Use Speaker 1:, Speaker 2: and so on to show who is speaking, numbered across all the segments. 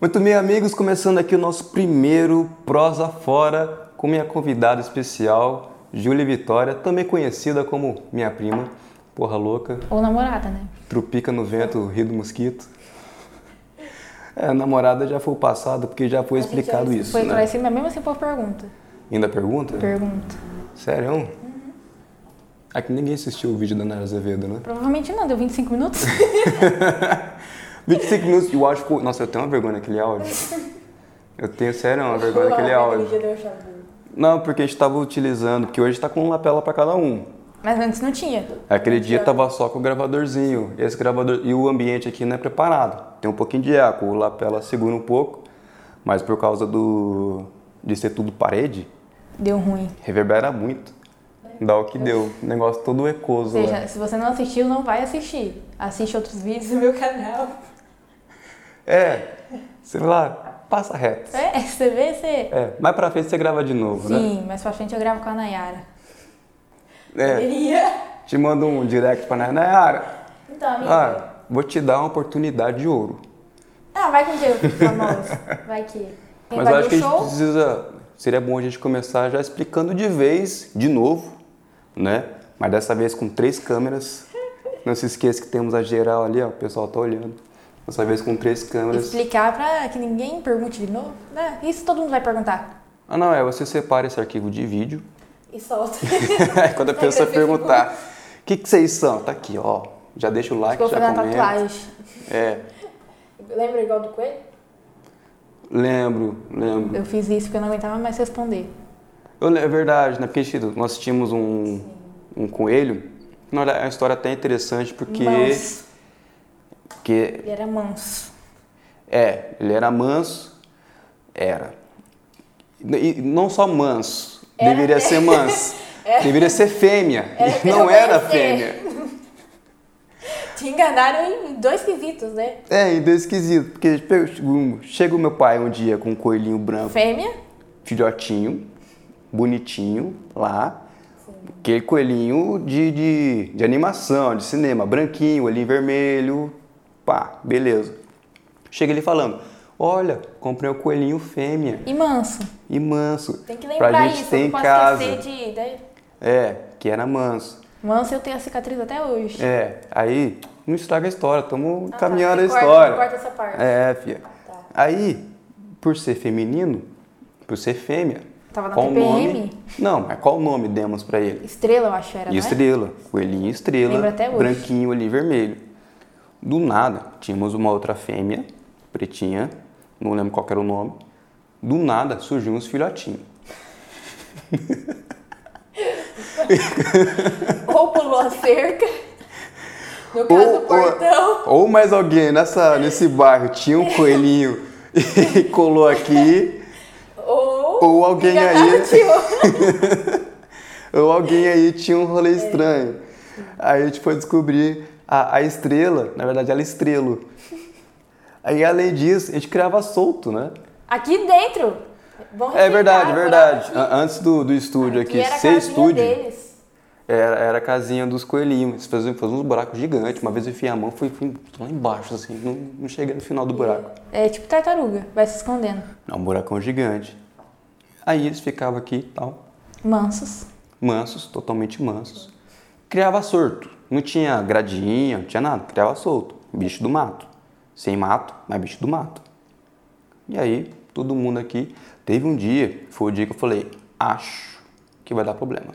Speaker 1: Muito bem, amigos, começando aqui o nosso primeiro Prosa Fora com minha convidada especial, Júlia Vitória, também conhecida como minha prima, porra louca,
Speaker 2: Ou namorada, né?
Speaker 1: trupica no vento, rio do mosquito. É, namorada já foi o passado, porque já foi explicado isso,
Speaker 2: Foi
Speaker 1: né?
Speaker 2: esclarecido, mas mesmo assim o povo pergunta.
Speaker 1: Ainda pergunta?
Speaker 2: Pergunta.
Speaker 1: Sério? Aqui ninguém assistiu o vídeo da Nara Azevedo, né?
Speaker 2: Provavelmente não, deu 25 minutos.
Speaker 1: 25 minutos, eu acho que... Nossa, eu tenho uma vergonha daquele áudio. Eu tenho, sério, uma vergonha daquele áudio. Não, porque a gente tava utilizando, porque hoje tá com um lapela pra cada um.
Speaker 2: mas antes não tinha.
Speaker 1: Aquele dia tava só com o gravadorzinho. Esse gravador e o ambiente aqui não é preparado. Tem um pouquinho de eco, o lapela segura um pouco, mas por causa do de ser tudo parede,
Speaker 2: Deu ruim.
Speaker 1: reverbera muito. Dá o que deu. O negócio todo
Speaker 2: Ou
Speaker 1: ecoso né? lá.
Speaker 2: seja, se você não assistiu, não vai assistir. Assiste outros vídeos do meu canal.
Speaker 1: É, sei lá, passa reto.
Speaker 2: É, você vê, você.
Speaker 1: É, mais pra frente você grava de novo, né?
Speaker 2: Sim, mais pra frente eu gravo com a Nayara.
Speaker 1: É,
Speaker 2: Queria.
Speaker 1: te manda um direct pra Nayara. Nayara,
Speaker 2: Então, amiga.
Speaker 1: ah, vou te dar uma oportunidade de ouro.
Speaker 2: Ah, vai com o Diego, famoso. Vai que. Quem
Speaker 1: Mas eu
Speaker 2: vai
Speaker 1: acho que
Speaker 2: ver
Speaker 1: a
Speaker 2: o
Speaker 1: gente
Speaker 2: show?
Speaker 1: precisa. Seria bom a gente começar já explicando de vez, de novo, né? Mas dessa vez com três câmeras. Não se esqueça que temos a geral ali, ó. O pessoal tá olhando. Dessa vez com três câmeras.
Speaker 2: Explicar pra que ninguém pergunte de novo. né? Isso todo mundo vai perguntar.
Speaker 1: Ah, não, é. Você separa esse arquivo de vídeo.
Speaker 2: E solta.
Speaker 1: Aí quando a pessoa perguntar: o que, que vocês são? Tá aqui, ó. Já deixa o like,
Speaker 2: Ficou
Speaker 1: já
Speaker 2: fazendo
Speaker 1: comenta.
Speaker 2: tatuagem.
Speaker 1: É.
Speaker 2: Lembra igual do Coelho?
Speaker 1: Lembro, lembro.
Speaker 2: Eu fiz isso porque eu não aguentava mais responder.
Speaker 1: Eu le- é verdade, né? Porque gente, nós tínhamos um, um coelho. Na verdade, é uma história até interessante porque.
Speaker 2: Manso.
Speaker 1: porque
Speaker 2: Ele era manso.
Speaker 1: é, ele era manso, era. E não só manso,
Speaker 2: Era
Speaker 1: deveria ser manso. Deveria ser fêmea.
Speaker 2: Era
Speaker 1: e não
Speaker 2: pra eu
Speaker 1: era
Speaker 2: conhecer.
Speaker 1: fêmea.
Speaker 2: Te enganaram em dois quesitos, né?
Speaker 1: É, ainda é esquisito, porque pe- chega o meu pai um dia com um coelhinho branco,
Speaker 2: Fêmea,
Speaker 1: filhotinho, bonitinho, lá. Aquele coelhinho de, de, de animação, de cinema, branquinho, olhinho vermelho, pá, beleza. Chega ele falando, olha, comprei um coelhinho fêmea
Speaker 2: e manso.
Speaker 1: e manso.
Speaker 2: Tem que lembrar
Speaker 1: pra gente
Speaker 2: isso,
Speaker 1: ter
Speaker 2: eu
Speaker 1: em
Speaker 2: não posso
Speaker 1: casa.
Speaker 2: esquecer de. né?
Speaker 1: É, que era manso.
Speaker 2: Manso eu tenho a cicatriz até hoje.
Speaker 1: É, aí não estraga a história, estamos caminhando
Speaker 2: você
Speaker 1: a
Speaker 2: Ah, tá. corta-
Speaker 1: história.
Speaker 2: corta essa parte. Tá.
Speaker 1: É, filha. Aí, por ser feminino, por ser fêmea,
Speaker 2: Tava na
Speaker 1: qual o
Speaker 2: TPM?
Speaker 1: nome? Não, mas qual o nome demos pra ele?
Speaker 2: Estrela, eu acho, era, não é?
Speaker 1: estrela, coelhinho estrela,
Speaker 2: Lembro até hoje.
Speaker 1: branquinho ali vermelho. Do nada, tínhamos uma outra fêmea, pretinha, não lembro qual que era o nome. Do nada surgiu uns filhotinhos.
Speaker 2: Ou pulou a cerca. No caso,
Speaker 1: Ou-
Speaker 2: o portão.
Speaker 1: Ou, ou mais alguém nessa, nesse bairro tinha um coelhinho e colou aqui,
Speaker 2: Ou.
Speaker 1: ou alguém
Speaker 2: enganaram
Speaker 1: aí-
Speaker 2: o tio.
Speaker 1: ou alguém aí tinha um rolê estranho. Aí a gente foi descobrir a, a estrela, na verdade ela é estrelo. Aí além disso, a gente criava solto, né?
Speaker 2: Aqui dentro. Bom né?
Speaker 1: É
Speaker 2: receitar,
Speaker 1: verdade,
Speaker 2: morava
Speaker 1: verdade.
Speaker 2: aqui.
Speaker 1: A- Antes do, do estúdio aqui
Speaker 2: E era a
Speaker 1: ser
Speaker 2: casinha
Speaker 1: estúdio,
Speaker 2: deles.
Speaker 1: era, era a casinha dos coelhinhos. Eles faziam, faziam uns buracos gigantes. Uma vez eu enfiei a mão e fui, fui lá embaixo, assim, não, não cheguei no final do buraco.
Speaker 2: É tipo tartaruga, vai se escondendo.
Speaker 1: É um buracão gigante. Aí eles ficavam aqui e tal,
Speaker 2: Mansos.
Speaker 1: mansos, totalmente mansos. Criava sorto. Não tinha gradinha, não tinha nada. Criava solto. Bicho do mato. Sem mato, mas bicho do mato. E aí, todo mundo aqui. Teve um dia, foi o dia que eu falei: acho que vai dar problema.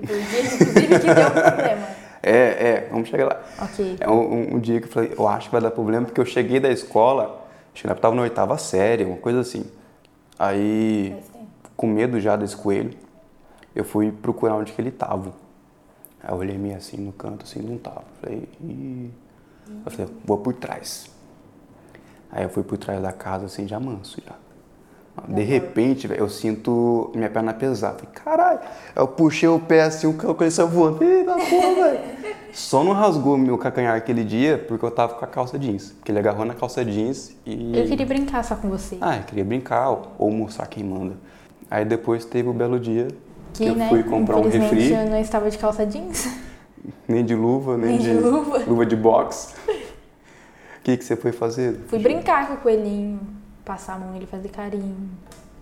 Speaker 2: Inclusive que deu um problema.
Speaker 1: É, é, vamos chegar lá.
Speaker 2: Ok.
Speaker 1: É um, um- um dia que eu falei, eu acho que vai dar problema, porque eu cheguei da escola, acho que eu tava na oitava série, uma coisa assim. Aí, com medo já desse coelho, eu fui procurar onde que ele tava. Aí eu olhei meio assim no canto, assim, não tava. Falei, Ih. Eu falei, vou por trás. Aí eu fui por trás da casa, assim, já manso, já. De repente, velho, eu sinto minha perna pesar. Falei, caralho. Eu puxei o pé assim, o cão começou voando. Ih, da porra, velho. Só não rasgou meu calcanhar aquele dia porque eu tava com a calça jeans. Porque ele agarrou na calça jeans e.
Speaker 2: Eu queria brincar só com você.
Speaker 1: Ah, eu queria brincar ou, ou mostrar quem manda. Aí depois teve o belo dia que, eu
Speaker 2: né,
Speaker 1: fui comprar um
Speaker 2: infelizmente,
Speaker 1: refri,
Speaker 2: eu não estava de calça jeans.
Speaker 1: nem de luva, nem,
Speaker 2: Nem de luva.
Speaker 1: luva de boxe. que, que você foi fazer?
Speaker 2: Fui brincar com o coelhinho, passar a mão nele, fazer carinho.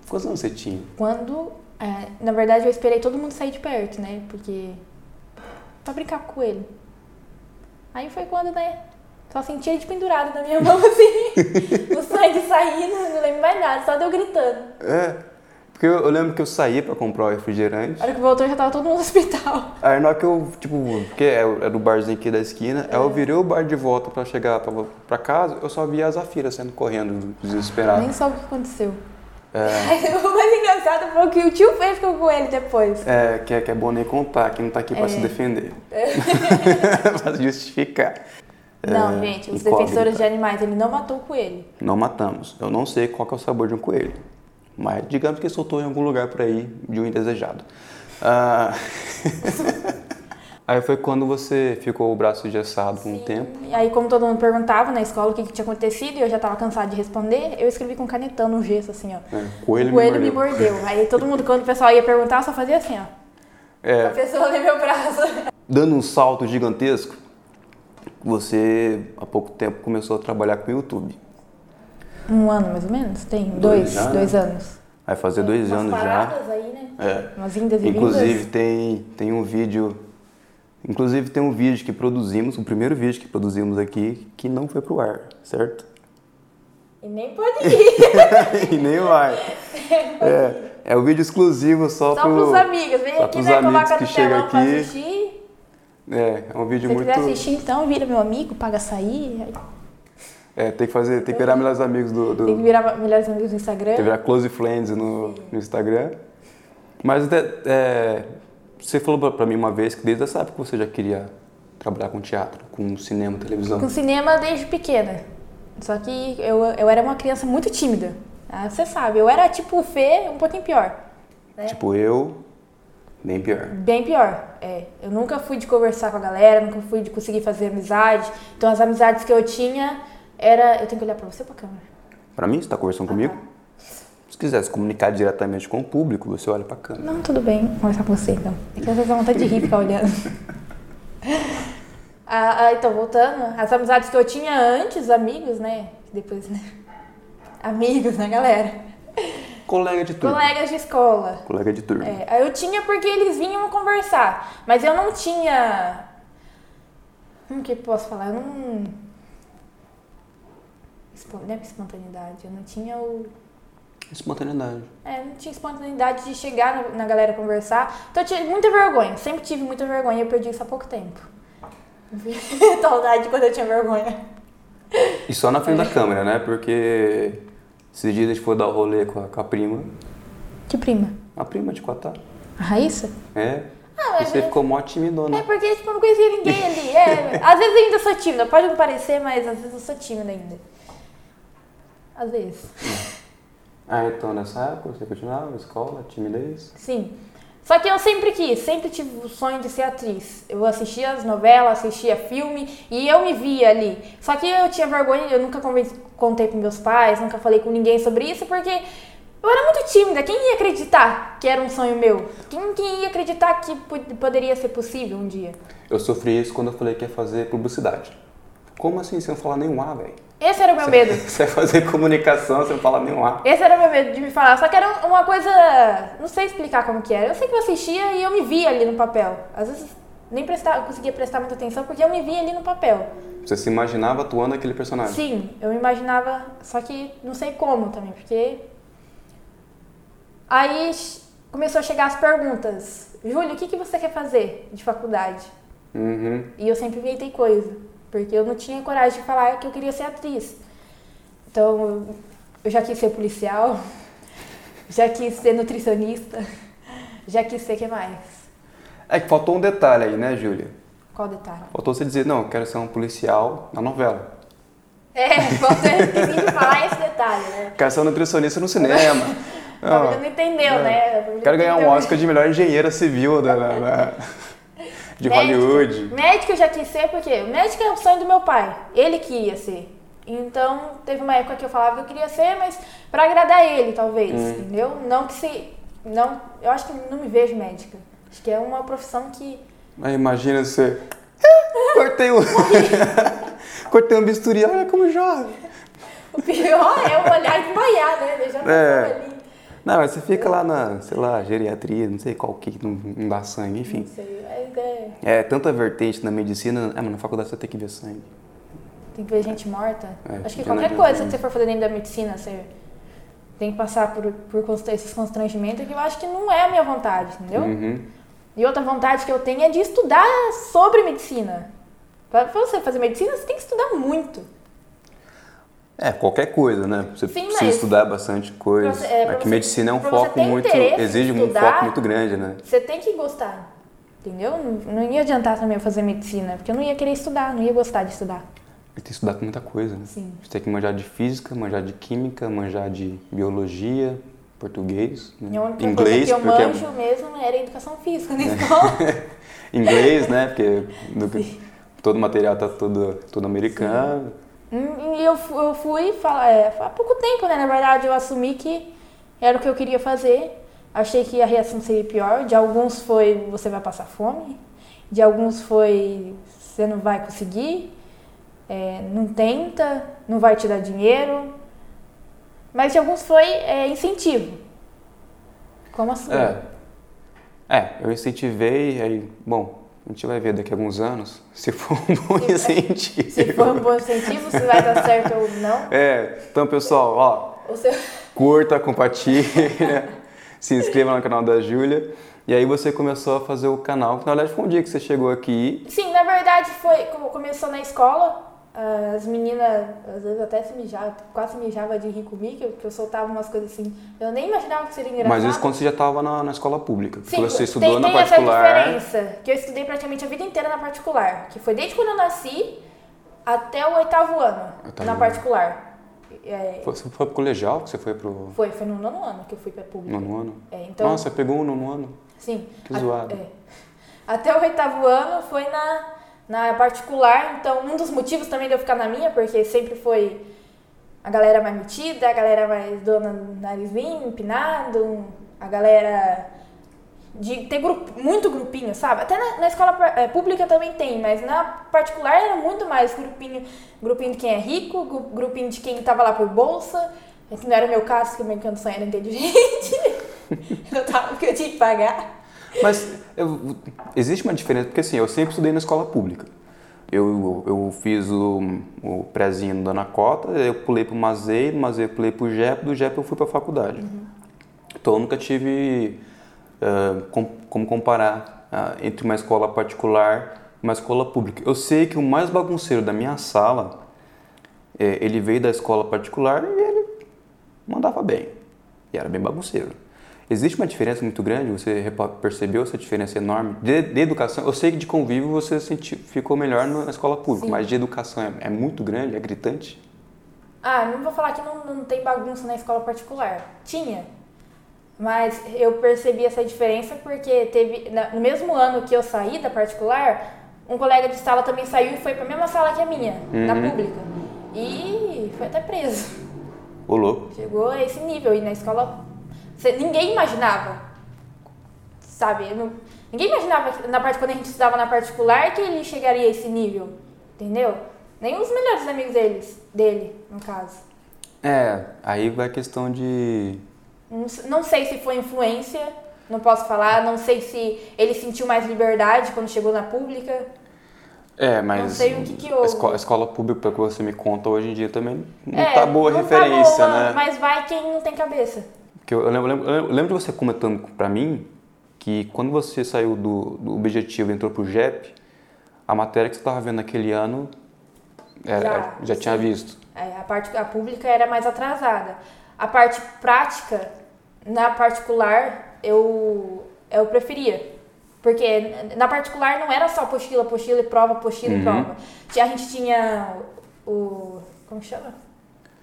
Speaker 1: Quantos anos você tinha?
Speaker 2: Quando. é, na verdade, eu esperei todo mundo sair de perto, né? Porque. pra brincar com o coelho. Aí foi quando, né? Só senti ele de pendurado na minha mão, assim. o sangue saindo, não lembro mais nada, só deu gritando.
Speaker 1: É, porque eu, eu lembro que eu saía pra comprar o refrigerante.
Speaker 2: A hora que voltou, já tava todo mundo no hospital.
Speaker 1: Aí na hora que eu, tipo, porque é- era do barzinho aqui da esquina, aí eu virei o bar de volta pra chegar pra, pra casa, eu só via a Zafira saindo correndo, desesperada.
Speaker 2: Nem soube o que aconteceu.
Speaker 1: É,
Speaker 2: o mais engraçado foi o que o tio fez ficou com ele depois.
Speaker 1: é, que, é, que é bom nem contar, que não tá aqui
Speaker 2: É.
Speaker 1: pra se defender. pra se justificar.
Speaker 2: não,
Speaker 1: É,
Speaker 2: gente, os
Speaker 1: incógnita.
Speaker 2: defensores de animais, ele não matou o coelho.
Speaker 1: Não matamos. Eu não sei qual que é o sabor de um coelho. Mas digamos que soltou em algum lugar por aí de um indesejado. Ah, aí foi quando você ficou o braço engessado por um tempo.
Speaker 2: E aí, como todo mundo perguntava na escola o que, que tinha acontecido e eu já tava cansada de responder, eu escrevi com canetão no gesso, assim, ó.
Speaker 1: É, coelho,
Speaker 2: o coelho
Speaker 1: me
Speaker 2: me
Speaker 1: mordeu.
Speaker 2: mordeu. Aí todo mundo, quando o pessoal ia perguntar, eu só fazia assim, ó. A
Speaker 1: É,
Speaker 2: pessoa lê meu braço.
Speaker 1: dando um salto gigantesco, você há pouco tempo começou a trabalhar com o YouTube.
Speaker 2: Um ano, mais ou menos? Tem? Dois.
Speaker 1: já, né?
Speaker 2: Dois anos.
Speaker 1: Vai fazer dois
Speaker 2: Umas
Speaker 1: anos já.
Speaker 2: paradas aí, né?
Speaker 1: É.
Speaker 2: Umas vindas e
Speaker 1: Inclusive
Speaker 2: vindas.
Speaker 1: tem, tem um vídeo. Inclusive tem um vídeo que produzimos, o primeiro vídeo que produzimos aqui, que não foi pro ar, certo?
Speaker 2: E nem pode ir.
Speaker 1: e nem vai. É, é um vídeo exclusivo só,
Speaker 2: só
Speaker 1: pro.
Speaker 2: pros amigos. Vem
Speaker 1: só
Speaker 2: aqui,
Speaker 1: pros
Speaker 2: vai
Speaker 1: amigos
Speaker 2: coloca
Speaker 1: que
Speaker 2: no
Speaker 1: chegam
Speaker 2: telão pra
Speaker 1: aqui.
Speaker 2: assistir.
Speaker 1: É, é um vídeo
Speaker 2: Se você
Speaker 1: muito.
Speaker 2: quiser assistir, então vira meu amigo, paga sair.
Speaker 1: É, tem que fazer, tem que virar melhores amigos do. do-
Speaker 2: Tem que
Speaker 1: tem
Speaker 2: virar melhores amigos no Instagram.
Speaker 1: que virar close friends no, no Instagram. Mas até, é, você falou pra- pra mim uma vez que desde essa época você já queria trabalhar com teatro, com cinema, televisão.
Speaker 2: Com cinema desde pequena. Só que eu, eu era uma criança muito tímida. Ah, você sabe, eu era tipo o Fê, um pouquinho pior.
Speaker 1: Tipo, eu, bem pior.
Speaker 2: Bem pior, é. Eu nunca fui de conversar com a galera, nunca fui de conseguir fazer amizade. Então as amizades que eu tinha era. Eu tenho que olhar pra você ou pra câmera?
Speaker 1: Pra mim, você tá conversando comigo? Se quiser se comunicar diretamente com o público, você olha pra câmera.
Speaker 2: Não, tudo bem, vou conversar com você então. É que às vezes dá vontade de rir ficar olhando. Ah, ah, então, voltando, as amizades que eu tinha antes, amigos, né? Depois, né? Amigos, né, galera?
Speaker 1: Colega de turma.
Speaker 2: Colegas de escola.
Speaker 1: Colega de turma.
Speaker 2: É, aí eu tinha porque eles vinham conversar, mas eu não tinha. Como que eu posso falar? Eu não. Espon- Não é espontaneidade, eu não tinha o.
Speaker 1: Espontaneidade.
Speaker 2: É, eu não tinha espontaneidade de chegar na- na galera conversar. Então eu tinha muita vergonha, sempre tive muita vergonha e eu perdi isso há pouco tempo. Saudade de quando eu tinha vergonha.
Speaker 1: E só na frente da câmera, né? Porque esses dias a gente foi dar o rolê com a, com a prima.
Speaker 2: Que prima?
Speaker 1: A prima de Quatá.
Speaker 2: A Raíssa?
Speaker 1: É.
Speaker 2: Ah,
Speaker 1: e você ficou mó timidona.
Speaker 2: É porque, tipo, eu não conhecia ninguém ali. É, às vezes eu ainda sou tímida, pode não parecer, mas às vezes eu sou tímida ainda. Às vezes.
Speaker 1: Ah, então nessa época você continuava, escola, timidez.
Speaker 2: Sim. Só que eu sempre quis, sempre tive o sonho de ser atriz. Eu assistia as novelas, assistia filme e eu me via ali. Só que eu tinha vergonha, eu nunca conven- contei com meus pais, nunca falei com ninguém sobre isso, porque eu era muito tímida. Quem ia acreditar que era um sonho meu? Quem, quem ia acreditar que pod- poderia ser possível um dia?
Speaker 1: Eu sofri isso quando eu falei que ia fazer publicidade. Como assim, sem eu falar nenhum A, velho?
Speaker 2: Esse era o meu medo.
Speaker 1: Você vai fazer comunicação sem falar nenhum um A.
Speaker 2: Esse era o meu medo de me falar, só que era um, uma coisa. Não sei explicar como que era. Eu sei que eu assistia e eu me via ali no papel. Às vezes nem prestar, eu conseguia prestar muita atenção porque eu me via ali no papel.
Speaker 1: Você se imaginava atuando aquele personagem.
Speaker 2: Sim, eu imaginava, só que não sei como também, porque. Aí ch- começou a chegar as perguntas. Júlio, o que, que você quer fazer de faculdade?
Speaker 1: Uhum.
Speaker 2: E eu sempre inventei coisa, porque eu não tinha coragem de falar que eu queria ser atriz. Então, eu já quis ser policial, já quis ser nutricionista, já quis ser o que mais?
Speaker 1: É que faltou um detalhe aí, né, Júlia?
Speaker 2: Qual detalhe?
Speaker 1: Faltou você dizer, não, eu quero ser um policial na novela.
Speaker 2: É, você esqueci de falar esse detalhe, né?
Speaker 1: Quero ser um nutricionista no cinema.
Speaker 2: A família não entendeu,
Speaker 1: É.
Speaker 2: né? A família
Speaker 1: Quero
Speaker 2: não
Speaker 1: ganhar um
Speaker 2: entendeu.
Speaker 1: Oscar de melhor engenheira civil da, da- da- de
Speaker 2: Médico.
Speaker 1: Hollywood.
Speaker 2: Médico eu já quis ser, porque médico é o sonho do meu pai. Ele queria ser. Então, teve uma época que eu falava que eu queria ser, mas pra agradar ele, talvez,
Speaker 1: Hum.
Speaker 2: entendeu? Não que se... Não, eu acho que não me vejo médica. Acho que é uma profissão que...
Speaker 1: Aí imagina você. Cortei um. Cortei um bisturi, olha como joga.
Speaker 2: O pior é o olhar e desmaiar, né? Eu já tava
Speaker 1: É.
Speaker 2: ali.
Speaker 1: Não, mas você fica lá na, sei lá, geriatria, não sei qual que não, não dá sangue, enfim.
Speaker 2: Não sei, mas é.
Speaker 1: É tanta vertente na medicina. Ah, mas na faculdade você tem que ver sangue.
Speaker 2: Tem que ver gente morta.
Speaker 1: É,
Speaker 2: Acho que
Speaker 1: já
Speaker 2: qualquer
Speaker 1: não-
Speaker 2: coisa que você for fazer dentro da medicina, você tem que passar por, por const- esses constrangimentos que eu acho que não é a minha vontade, entendeu?
Speaker 1: Uhum.
Speaker 2: E outra vontade que eu tenho é de estudar sobre medicina. Pra pra você fazer medicina, você tem que estudar muito.
Speaker 1: É, qualquer coisa, né? Você
Speaker 2: Sim,
Speaker 1: precisa
Speaker 2: mas-
Speaker 1: estudar bastante coisa.
Speaker 2: Pra você- é, pra
Speaker 1: que
Speaker 2: você-
Speaker 1: medicina é um
Speaker 2: pra você
Speaker 1: foco
Speaker 2: ter
Speaker 1: muito.
Speaker 2: interesse em
Speaker 1: Exige um
Speaker 2: estudar-
Speaker 1: foco muito grande, né?
Speaker 2: Você tem que gostar, entendeu? Não, não ia adiantar também eu fazer medicina, porque eu não ia querer estudar, não ia gostar de estudar.
Speaker 1: Tem que estudar muita coisa, né?
Speaker 2: Sim.
Speaker 1: Você tem que manjar de física, manjar de química, manjar de biologia, português, né?
Speaker 2: E a única
Speaker 1: inglês,
Speaker 2: coisa que eu
Speaker 1: porque é-
Speaker 2: manjo mesmo era educação física né? Então, na escola.
Speaker 1: inglês, né? Porque do que- todo material tá todo, todo americano.
Speaker 2: Hum, E eu, fu- eu fui falar, é, há pouco tempo, né? Na verdade, eu assumi que era o que eu queria fazer. Achei que a reação seria pior. De alguns foi você vai passar fome, de alguns foi você não vai conseguir, é, não tenta, não vai te dar dinheiro. Mas de alguns foi é, incentivo. Como assim?
Speaker 1: É. É, eu incentivei, aí, bom, a gente vai ver daqui a alguns anos se for um bom
Speaker 2: Se-
Speaker 1: incentivo.
Speaker 2: Se for um bom incentivo, se vai dar certo ou não.
Speaker 1: É, então pessoal, ó,
Speaker 2: Ou se...
Speaker 1: curta, compartilha, se inscreva no canal da Júlia. E aí você começou a fazer o canal, que na verdade foi um dia que você chegou aqui.
Speaker 2: Sim, na verdade foi como começou na escola. eh, As meninas, às vezes até se mijavam, quase mijava de rir comigo, que eu- que eu soltava umas coisas assim. Eu nem imaginava que seria engraçado.
Speaker 1: Mas isso quando você já estava na, na escola pública.
Speaker 2: Sim,
Speaker 1: quando você
Speaker 2: tem-
Speaker 1: estudou
Speaker 2: tem,
Speaker 1: na particular. né?
Speaker 2: essa diferença, que eu estudei praticamente a vida inteira na particular, que foi desde quando eu nasci até o oitavo ano,
Speaker 1: Oitavo
Speaker 2: na
Speaker 1: ano.
Speaker 2: particular. É,
Speaker 1: Foi- Você foi pro colegial que você foi pro
Speaker 2: foi, foi no nono ano que eu fui pra pública.
Speaker 1: nono ano?
Speaker 2: É, então,
Speaker 1: Nossa, pegou o nono ano.
Speaker 2: Sim.
Speaker 1: Que zoado.
Speaker 2: é. Até o oitavo ano foi na, na particular, então um dos motivos também de eu ficar na minha, porque sempre foi a galera mais metida, a galera mais dona do narizinho, empinado, a galera de ter grupo, muito grupinho, sabe? Até na, na escola par- eh, pública também tem, mas na particular era muito mais grupinho, grupinho de quem é rico, gru- grupinho de quem tava lá por bolsa, É que não era o meu caso, que meu canção era inteligente. eu tava porque eu tinha que pagar.
Speaker 1: Mas eu- existe uma diferença, porque assim, eu sempre estudei na escola pública. Eu, eu fiz o, o prézinho no Dona Cota, eu pulei pro Mazei, do Mazei eu pulei pro JEP, do JEP eu fui pra faculdade. Então eu nunca tive ah, com- como comparar ah, entre uma escola particular e uma escola pública. Eu sei que o mais bagunceiro da minha sala, eh, ele veio da escola particular e ele mandava bem. E era bem bagunceiro. Existe uma diferença muito grande? Você repa- percebeu essa diferença enorme? De, de educação, eu sei que de convívio você senti, ficou melhor no- na escola pública,
Speaker 2: Sim.
Speaker 1: mas de educação é, é muito grande, é gritante.
Speaker 2: Ah, não vou falar que não, não tem bagunça na escola particular. Tinha. Mas eu percebi essa diferença porque teve. na- No mesmo ano que eu saí da particular, um colega de sala também saiu e foi pra mesma sala que a minha, na pública. E foi até preso.
Speaker 1: Ô louco.
Speaker 2: Chegou a esse nível. E na escola. cê- ninguém imaginava. Sabe? Eu não- ninguém imaginava que na parte, quando a gente estudava na particular que ele chegaria a esse nível. Entendeu? Nem os melhores amigos deles, dele, no caso.
Speaker 1: É, aí vai a questão de.
Speaker 2: Não s- Não sei se foi influência, não posso falar. Não sei se ele sentiu mais liberdade quando chegou na pública.
Speaker 1: É, mas.
Speaker 2: sei o que que
Speaker 1: a
Speaker 2: houve.
Speaker 1: esco- a escola pública, pelo que você me conta hoje em dia, também não
Speaker 2: É,
Speaker 1: tá boa
Speaker 2: não
Speaker 1: referência,
Speaker 2: boa,
Speaker 1: né?
Speaker 2: Mas vai quem não tem cabeça.
Speaker 1: Porque eu lembro, lembro- eu lembro de você comentando pra mim que quando você saiu do, do objetivo e entrou pro JEP, a matéria que você estava vendo naquele ano era-
Speaker 2: Já,
Speaker 1: já, tinha visto.
Speaker 2: É, a parte a pública era mais atrasada. A parte prática, na particular, eu, eu preferia. Porque na particular não era só apostila, apostila e prova, apostila e
Speaker 1: Uhum.
Speaker 2: prova. Tinha- A gente tinha o, o- Como chama?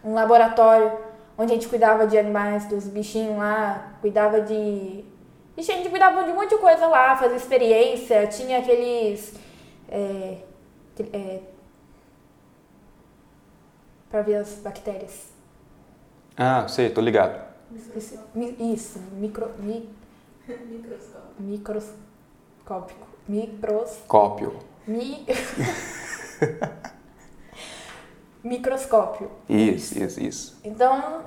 Speaker 2: Um laboratório onde a gente cuidava de animais, dos bichinhos lá, cuidava de. Ixi, a gente cuidava de um monte de coisa lá, fazia experiência, tinha aqueles. é, aquele- é, para ver as bactérias.
Speaker 1: Ah, sei, tô ligado.
Speaker 2: Isso, mi- isso micro, mi, microscópico. Microscópico. Micros,
Speaker 1: Cópio.
Speaker 2: Mi... Microscópio.
Speaker 1: Isso, isso, isso.
Speaker 2: Então,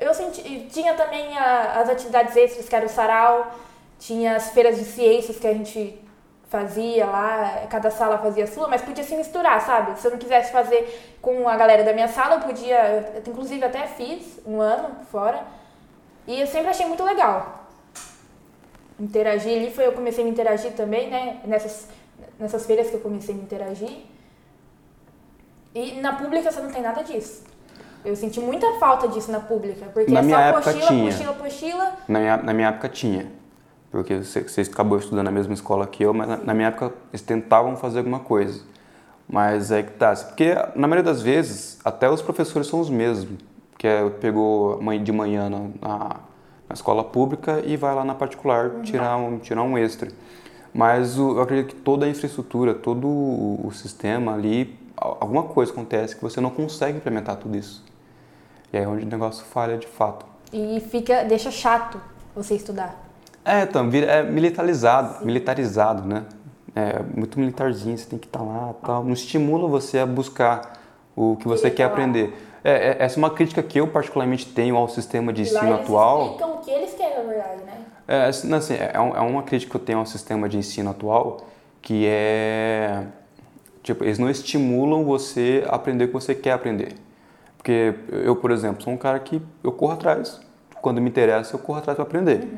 Speaker 2: eu senti. Tinha também a- as atividades extras, que era o sarau, tinha as feiras de ciências que a gente fazia lá, cada sala fazia a sua, mas podia se misturar, sabe? Se eu não quisesse fazer com a galera da minha sala, eu podia. eu, inclusive, até fiz um ano fora. E eu sempre achei muito legal. Interagir ali foi eu comecei a me interagir também, né? Nessas, nessas feiras que eu comecei a me interagir. E na pública você não tem nada disso. Eu senti muita falta disso na pública, porque
Speaker 1: Na
Speaker 2: é
Speaker 1: minha
Speaker 2: só
Speaker 1: época
Speaker 2: apostila,
Speaker 1: tinha.
Speaker 2: apostila, apostila.
Speaker 1: Na minha, na minha época tinha. Porque você, você acabou estudando na mesma escola que eu, mas na, na minha época eles tentavam fazer alguma coisa. Mas é que tá. Porque na maioria das vezes, até os professores são os mesmos. Que é, pegou mãe de manhã na, na, na escola pública e vai lá na particular tirar, um, tirar um extra. Mas o- eu acredito que toda a infraestrutura, todo o, o sistema ali, al- alguma coisa acontece que você não consegue implementar tudo isso. E aí é onde o negócio falha de fato.
Speaker 2: E fica, deixa chato você estudar.
Speaker 1: É, então, vira, é militarizado, militarizado, né? É muito militarzinho, você tem que estar lá e tal. Não estimula você a buscar o que você
Speaker 2: Querer
Speaker 1: quer
Speaker 2: falar.
Speaker 1: aprender. É, é- essa é uma crítica que eu particularmente tenho ao sistema de
Speaker 2: E lá
Speaker 1: ensino
Speaker 2: eles
Speaker 1: atual.
Speaker 2: explicam o que eles querem, na verdade, né?
Speaker 1: É, assim, não, assim, é, um- é uma crítica que eu tenho ao sistema de ensino atual, que é... Tipo, eles não estimulam você a aprender o que você quer aprender. Porque eu, por exemplo, sou um cara que eu corro atrás. Quando me interessa, eu corro atrás para aprender.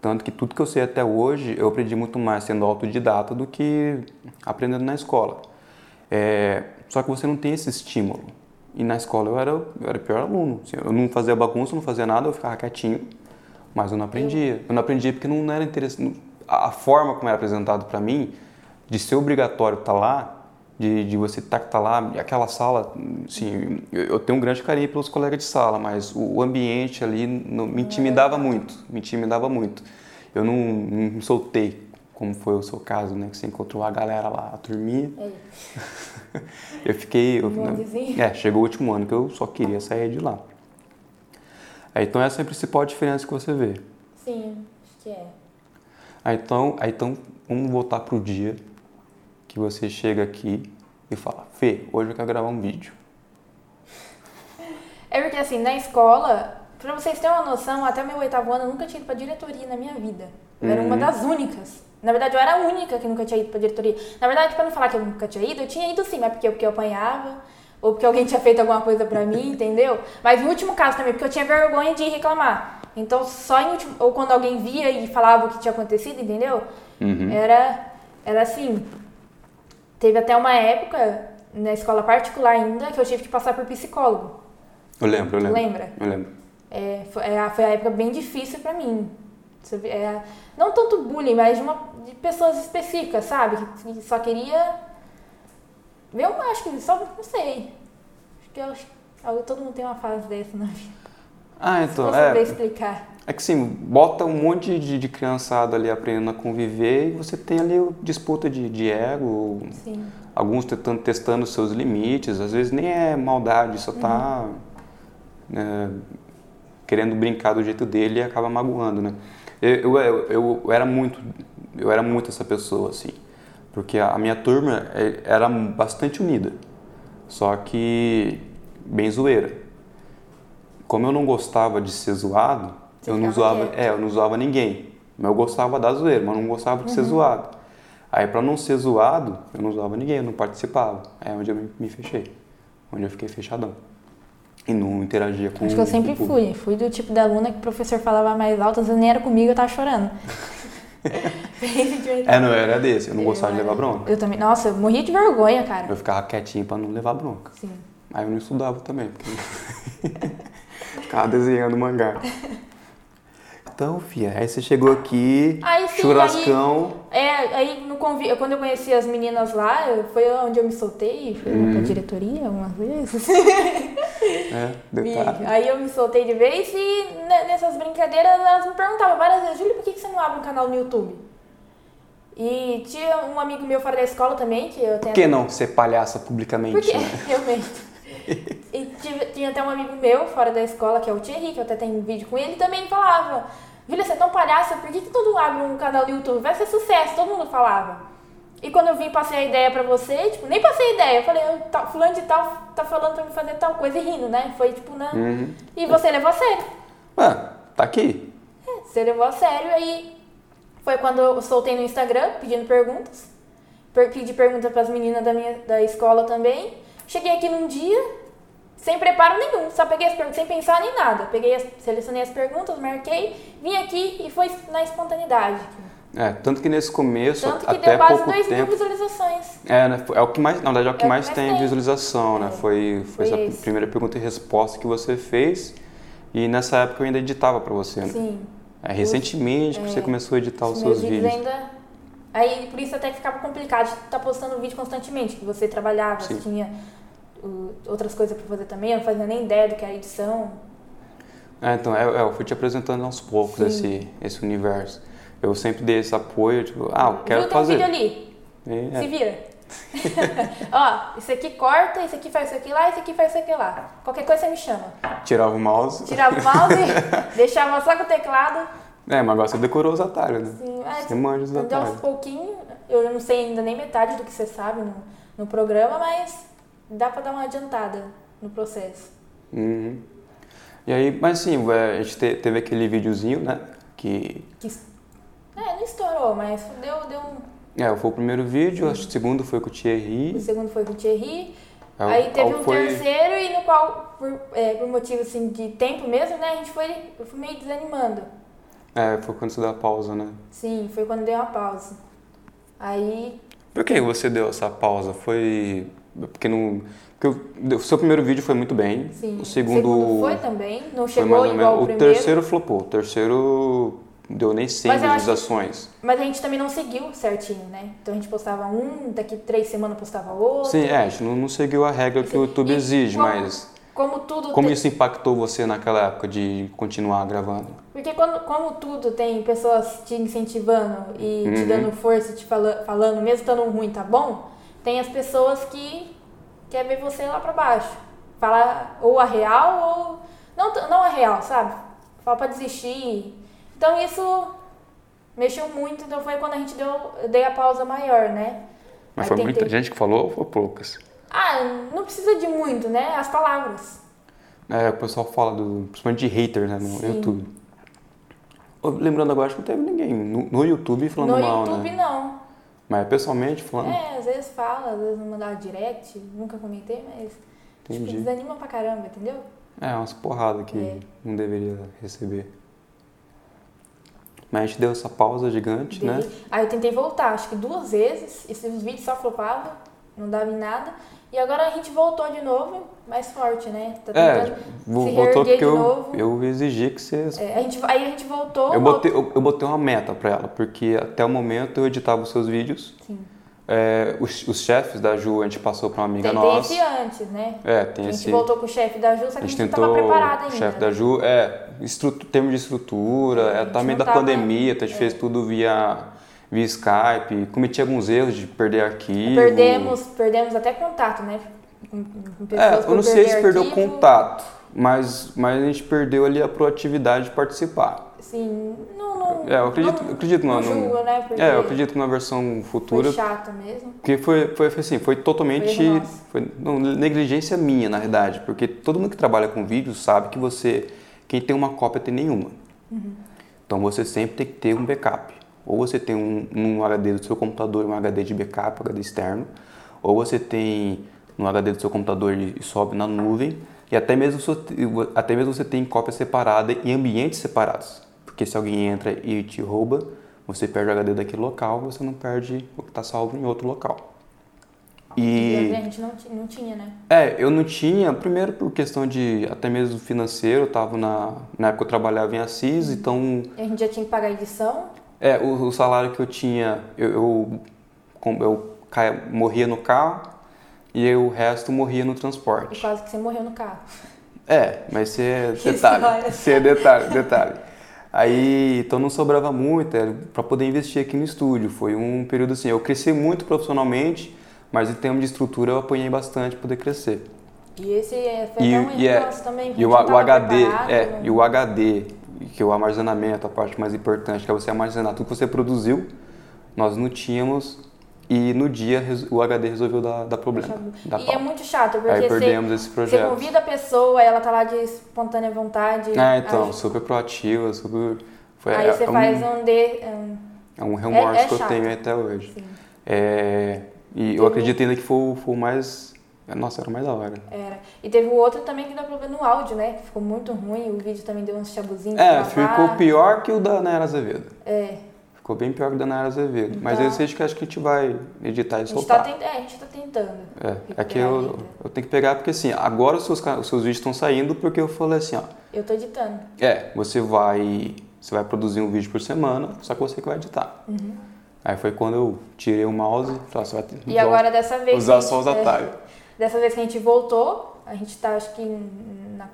Speaker 1: Tanto que tudo que eu sei até hoje, eu aprendi muito mais sendo autodidata do que aprendendo na escola. É, só que você não tem esse estímulo. E na escola eu era, eu era o pior aluno. Assim, eu não fazia bagunça, não fazia nada, eu ficava quietinho. Mas eu não aprendia. Eu, não aprendia porque não era interessante. A a forma como era apresentado para mim, de ser obrigatório estar lá, de, de você estar lá, aquela sala, assim, eu, eu tenho um grande carinho pelos colegas de sala, mas o, o ambiente ali não- me intimidava muito, me intimidava muito. Eu não, não me soltei, como foi o seu caso, né, que você encontrou a galera lá, a turminha.
Speaker 2: É.
Speaker 1: Eu fiquei. Eu,
Speaker 2: Bondezinho.
Speaker 1: é, chegou o último ano que eu só queria sair de lá. É, então essa é a principal diferença que você vê.
Speaker 2: Sim, acho que é.
Speaker 1: Ah, então, ah, então vamos voltar pro dia que você chega aqui e fala, Fê, hoje eu quero gravar um vídeo.
Speaker 2: É porque assim, na escola, pra vocês terem uma noção, até meu oitavo ano eu nunca tinha ido pra diretoria na minha vida. Eu era uma das únicas. Na verdade, eu era a única que nunca tinha ido pra diretoria. Na verdade, pra não falar que eu nunca tinha ido, eu tinha ido sim, mas porque, porque eu apanhava, ou porque alguém tinha feito alguma coisa pra mim, entendeu? Mas no último caso também, porque eu tinha vergonha de reclamar. Então, só em último. Ou quando alguém via e falava o que tinha acontecido, entendeu?
Speaker 1: Uhum.
Speaker 2: Uhum. Era, era assim. Teve até uma época, na escola particular ainda, que eu tive que passar por psicólogo.
Speaker 1: Eu lembro, eu lembro.
Speaker 2: Lembra?
Speaker 1: Eu lembro.
Speaker 2: É, foi, é, foi a época bem difícil pra mim. Sabe? É, não tanto bullying, mas de, uma, de pessoas específicas, sabe? Que, que só queria. Eu acho que só não sei. Acho que eu, acho- eu- todo mundo tem uma fase dessa na vida.
Speaker 1: Ah,
Speaker 2: Não
Speaker 1: então,
Speaker 2: saber
Speaker 1: é,
Speaker 2: explicar.
Speaker 1: é que sim, bota um monte de, de criançada ali aprendendo a conviver e você tem ali o- disputa de, de ego,
Speaker 2: Sim.
Speaker 1: alguns tentando, testando seus limites, às vezes nem é maldade, só tá
Speaker 2: Uhum.
Speaker 1: né, querendo brincar do jeito dele e acaba magoando, né? Eu, eu, eu, eu era muito, eu era muito essa pessoa, assim, porque a a minha turma eh, era bastante unida, só que bem zoeira. Como eu não gostava de ser zoado,
Speaker 2: Você
Speaker 1: eu não
Speaker 2: ficava
Speaker 1: zoava,
Speaker 2: quieto.
Speaker 1: é, eu não zoava ninguém. Mas eu gostava da zoeira, mas eu não gostava de
Speaker 2: Uhum.
Speaker 1: ser zoado. Aí pra não ser zoado, eu não zoava ninguém, eu não participava. Aí é onde eu me, me fechei, onde eu fiquei fechadão. E não interagia com
Speaker 2: Acho que eu
Speaker 1: com o
Speaker 2: sempre
Speaker 1: público.
Speaker 2: fui. Fui do tipo da aluna que o professor falava mais alto, às vezes nem era comigo, eu tava chorando.
Speaker 1: É, não, eu era desse, eu não gostava de
Speaker 2: era-
Speaker 1: levar bronca.
Speaker 2: Eu também. Nossa, eu morria de vergonha, cara.
Speaker 1: Eu ficava quietinho pra não levar bronca.
Speaker 2: Sim.
Speaker 1: Aí eu não estudava também, porque ficava desenhando mangá. Então, fia, aí você chegou aqui,
Speaker 2: Aí sim,
Speaker 1: churrascão.
Speaker 2: É, aí no convi... quando eu conheci as meninas lá, eu- foi onde eu me soltei, fui pra diretoria algumas vezes.
Speaker 1: É,
Speaker 2: E
Speaker 1: detalhe.
Speaker 2: aí eu me soltei de vez e ne- nessas brincadeiras elas me perguntavam várias vezes, Júlia, por que que você não abre um canal no YouTube? E tinha um amigo meu fora da escola também, que eu
Speaker 1: Por
Speaker 2: tenho
Speaker 1: que não ser palhaça publicamente?
Speaker 2: Porque,
Speaker 1: né?
Speaker 2: realmente. E tive- tinha até um amigo meu fora da escola, que é o Thierry, que eu até tenho vídeo com ele, também falava: Júlia, você é tão palhaça, por que, que todo mundo abre um canal do YouTube? Vai ser sucesso, todo mundo falava. E quando eu vim, passei a ideia pra você, tipo, nem passei a ideia. Eu falei, eu, tá, fulano de tal tá falando pra me fazer tal coisa e rindo, né? Foi tipo, né?
Speaker 1: Hum.
Speaker 2: E você levou a sério.
Speaker 1: Uhum. Ah, tá aqui.
Speaker 2: É, Você levou a sério, aí foi quando eu soltei no Instagram pedindo perguntas. Per pedi pergunta pras meninas da minha da escola também. Cheguei aqui num dia, sem preparo nenhum, só peguei as perguntas, sem pensar nem nada. Peguei as- selecionei as perguntas, marquei, vim aqui e foi na espontaneidade.
Speaker 1: É, tanto que nesse começo,
Speaker 2: Tanto que
Speaker 1: até
Speaker 2: deu quase
Speaker 1: pouco
Speaker 2: 2 mil
Speaker 1: tempo.
Speaker 2: visualizações.
Speaker 1: É, né, foi- é o que mais, na verdade, é o que
Speaker 2: É o
Speaker 1: mais
Speaker 2: que mais
Speaker 1: tem
Speaker 2: tem.
Speaker 1: visualização, né? Foi, foi,
Speaker 2: Foi
Speaker 1: essa
Speaker 2: esse.
Speaker 1: primeira pergunta e resposta que você fez. E nessa época eu ainda editava pra você, né?
Speaker 2: Sim.
Speaker 1: É recentemente que você
Speaker 2: é,
Speaker 1: começou a editar Tá os
Speaker 2: meus
Speaker 1: seus vídeos.
Speaker 2: ainda. Aí por isso até que ficava complicado de estar postando vídeo constantemente, que você trabalhava,
Speaker 1: Sim.
Speaker 2: você tinha uh, outras coisas pra fazer também, eu não fazia nem ideia do que era edição.
Speaker 1: É, então, é, é, eu fui te apresentando aos poucos
Speaker 2: Sim.
Speaker 1: esse, esse universo. Eu sempre dei esse apoio, tipo, ah, eu quero
Speaker 2: Viu,
Speaker 1: fazer.
Speaker 2: tem um vídeo ali,
Speaker 1: E, é.
Speaker 2: se vira. Ó, isso aqui corta, isso aqui faz isso aqui lá, isso aqui faz isso aqui lá. Qualquer coisa você me chama.
Speaker 1: Tirava o mouse.
Speaker 2: Tirava o mouse, deixava só com o teclado.
Speaker 1: É, mas agora você decorou os atalhos, né?
Speaker 2: Assim, ah,
Speaker 1: Você manja os
Speaker 2: Entendeu? Aos
Speaker 1: atalhos.
Speaker 2: pouquinho, eu não sei ainda nem metade do que você sabe no, no programa, mas dá pra dar uma adiantada no processo.
Speaker 1: Uhum. E aí, mas sim, é, a gente te- teve aquele videozinho, né? Que.
Speaker 2: Que, es- é, não estourou, mas deu, deu um.
Speaker 1: É, foi o primeiro vídeo, acho que o segundo foi com o
Speaker 2: O
Speaker 1: Thierry.
Speaker 2: segundo foi com o Thierry.
Speaker 1: é, o-
Speaker 2: aí teve
Speaker 1: ao-
Speaker 2: um
Speaker 1: foi-
Speaker 2: terceiro e no qual, por, é, por motivo assim, de tempo mesmo, né, a gente foi. Eu fui meio desanimando.
Speaker 1: É, foi quando você deu a pausa, né?
Speaker 2: Sim, foi quando deu uma pausa. Aí.
Speaker 1: Por que você deu essa pausa? Foi. Porque não. Porque o- o seu primeiro vídeo foi muito bem.
Speaker 2: Sim,
Speaker 1: O segundo.
Speaker 2: foi também, não
Speaker 1: Foi
Speaker 2: chegou
Speaker 1: mais ou
Speaker 2: igual
Speaker 1: menos.
Speaker 2: o
Speaker 1: O
Speaker 2: primeiro.
Speaker 1: terceiro flopou. O terceiro deu nem 100
Speaker 2: Mas eu acho que-
Speaker 1: visualizações.
Speaker 2: Mas a gente também não seguiu certinho, né? Então a gente postava um, daqui três semanas postava outro.
Speaker 1: Sim, é, a gente não, não seguiu a regra que o YouTube
Speaker 2: E
Speaker 1: exige,
Speaker 2: como-
Speaker 1: mas
Speaker 2: Como tudo
Speaker 1: como
Speaker 2: tem-
Speaker 1: isso impactou você naquela época de continuar gravando?
Speaker 2: Porque quando, como tudo tem pessoas te incentivando e te
Speaker 1: Uhum.
Speaker 2: dando força, te fala, falando, mesmo estando ruim, tá bom? Tem as pessoas que quer ver você lá pra baixo. Falar ou a real ou. Não, t- não a real, sabe? Fala pra desistir. Então isso mexeu muito, então foi quando a gente deu, eu dei a pausa maior, né?
Speaker 1: Mas
Speaker 2: Aí
Speaker 1: foi
Speaker 2: tem-
Speaker 1: muita
Speaker 2: tem-
Speaker 1: gente que falou ou foi poucas?
Speaker 2: Ah, não precisa de muito, né? As palavras.
Speaker 1: É, o pessoal fala, do, principalmente de hater né, no
Speaker 2: Sim.
Speaker 1: YouTube. Ô, Lembrando agora, acho que não teve ninguém no, no YouTube falando
Speaker 2: no
Speaker 1: mal,
Speaker 2: YouTube
Speaker 1: né?
Speaker 2: não.
Speaker 1: Mas pessoalmente falando,
Speaker 2: É, às vezes fala, às vezes não mandava direct, nunca comentei, mas tipo,
Speaker 1: Entendi.
Speaker 2: desanima pra caramba, entendeu?
Speaker 1: é, umas porradas que
Speaker 2: É.
Speaker 1: não deveria receber. Mas a gente deu essa pausa gigante, né?
Speaker 2: Dei- Aí eu tentei voltar, acho que duas vezes, esses vídeos só flopavam, não dava em nada. E agora a gente voltou de novo, mais forte, né? Tá
Speaker 1: É,
Speaker 2: tentando.
Speaker 1: vo-
Speaker 2: se
Speaker 1: voltou
Speaker 2: reerguer
Speaker 1: porque
Speaker 2: de
Speaker 1: eu,
Speaker 2: novo.
Speaker 1: eu exigi que vocês
Speaker 2: É, a gente, aí a gente voltou.
Speaker 1: assim. Eu botei, eu, eu botei uma meta pra ela, porque até o momento eu editava os seus vídeos.
Speaker 2: Sim.
Speaker 1: É, os, os chefes da Ju a gente passou pra uma amiga
Speaker 2: Tem, tem
Speaker 1: nossa.
Speaker 2: esse antes, né?
Speaker 1: É,
Speaker 2: A
Speaker 1: tem
Speaker 2: gente
Speaker 1: esse.
Speaker 2: voltou Tá com o chefe da Ju, só que
Speaker 1: A
Speaker 2: a gente,
Speaker 1: gente
Speaker 2: não
Speaker 1: tentou
Speaker 2: tava preparado
Speaker 1: o
Speaker 2: ainda. né?
Speaker 1: chefe da Ju, é, estrutu, termo de estrutura,
Speaker 2: A
Speaker 1: é,
Speaker 2: gente
Speaker 1: também
Speaker 2: não
Speaker 1: da
Speaker 2: tava- É.
Speaker 1: pandemia, então a gente fez tudo via, via Skype, cometi alguns erros de perder arquivo.
Speaker 2: Perdemos, perdemos até contato, né? Com- com
Speaker 1: É,
Speaker 2: pessoas
Speaker 1: eu não
Speaker 2: por
Speaker 1: sei se
Speaker 2: perder
Speaker 1: perdeu
Speaker 2: arquivo.
Speaker 1: contato, mas, mas a gente perdeu ali a proatividade de participar.
Speaker 2: Assim, não, não.
Speaker 1: É, eu acredito,
Speaker 2: não,
Speaker 1: eu acredito
Speaker 2: não,
Speaker 1: não, não-
Speaker 2: julgo, né? Porque
Speaker 1: É, eu acredito que na versão futura
Speaker 2: Foi chato mesmo.
Speaker 1: Porque foi, foi assim, foi totalmente.
Speaker 2: Foi erro nosso.
Speaker 1: Foi, não, negligência minha, na verdade. Porque todo mundo que trabalha com vídeo sabe que você. Quem tem uma cópia tem nenhuma.
Speaker 2: Uhum.
Speaker 1: Então você sempre tem que ter um backup. Ou você tem um, um HD do seu computador, um HD de backup, HD externo. Ou você tem um HD do seu computador e, e sobe na nuvem. E até mesmo, so- até mesmo você tem cópia separada em ambientes separados. Porque se alguém entra e te rouba, você perde o HD daquele local, você não perde o que está salvo em outro local.
Speaker 2: E...
Speaker 1: E.
Speaker 2: A gente não, ti- não tinha, né?
Speaker 1: É, eu não tinha, primeiro por questão de até mesmo financeiro, eu tava na, na época eu trabalhava em Assis, então
Speaker 2: E a gente já tinha que pagar a edição.
Speaker 1: é, o, o salário que eu tinha, eu, eu, como eu caia- morria no carro e eu- o resto morria no
Speaker 2: E
Speaker 1: transporte.
Speaker 2: quase que você morreu no carro.
Speaker 1: É, mas isso é
Speaker 2: Que
Speaker 1: detalhe.
Speaker 2: história.
Speaker 1: Isso é detalhe, detalhe. Aí, então não sobrava muito para poder investir aqui no estúdio. Foi um período assim, eu cresci muito profissionalmente, mas em termos de estrutura eu apanhei bastante para poder crescer.
Speaker 2: E esse é, foi
Speaker 1: E-
Speaker 2: até um
Speaker 1: e é-
Speaker 2: erro nosso também.
Speaker 1: E o, o HD,
Speaker 2: né?
Speaker 1: é, e o HD, que é o armazenamento, a parte mais importante, que é você armazenar tudo que você produziu, nós não tínhamos E no dia res- o HD resolveu dar, dar problema. Dar
Speaker 2: e
Speaker 1: pau.
Speaker 2: é muito chato, porque
Speaker 1: Aí
Speaker 2: você, é
Speaker 1: perdemos esse
Speaker 2: você
Speaker 1: projeto.
Speaker 2: convida a pessoa, ela tá lá de espontânea vontade.
Speaker 1: É, então,
Speaker 2: Aí,
Speaker 1: super proativa, super. Foi,
Speaker 2: né? aí
Speaker 1: é,
Speaker 2: você
Speaker 1: é um,
Speaker 2: faz um D. Um,
Speaker 1: é um remorso
Speaker 2: é- é
Speaker 1: que eu
Speaker 2: chato.
Speaker 1: tenho até hoje.
Speaker 2: assim,
Speaker 1: É, e eu
Speaker 2: Todo-
Speaker 1: acredito ainda que foi, o- foi o mais. Nossa, era o mais da hora.
Speaker 2: era. E teve o outro também que deu problema no áudio, né? Que ficou muito ruim, o vídeo também deu uns chabuzinhos.
Speaker 1: É,
Speaker 2: pra
Speaker 1: ficou
Speaker 2: gravar.
Speaker 1: pior que o da Nayara Azevedo.
Speaker 2: É,
Speaker 1: Ficou bem pior que o da Nayara Azevedo. Mas
Speaker 2: Então-
Speaker 1: eu sei que acho que a gente vai editar e
Speaker 2: a gente, tá
Speaker 1: soltar.
Speaker 2: tenta- é, a gente tá tentando.
Speaker 1: É, é que eu, eu tenho que pegar, porque assim, agora os seus, ca- os seus vídeos estão saindo porque eu falei assim, ó.
Speaker 2: Eu tô editando.
Speaker 1: É, você vai. Você vai produzir um vídeo por semana, só que você que vai editar. Aí foi quando eu tirei o mouse e falei, "Ah, você vai ter
Speaker 2: Uhum. E agora dessa vez.
Speaker 1: usar
Speaker 2: que a
Speaker 1: só os
Speaker 2: gente- é,
Speaker 1: atalhos.
Speaker 2: Dessa vez que a gente voltou, a gente tá acho que na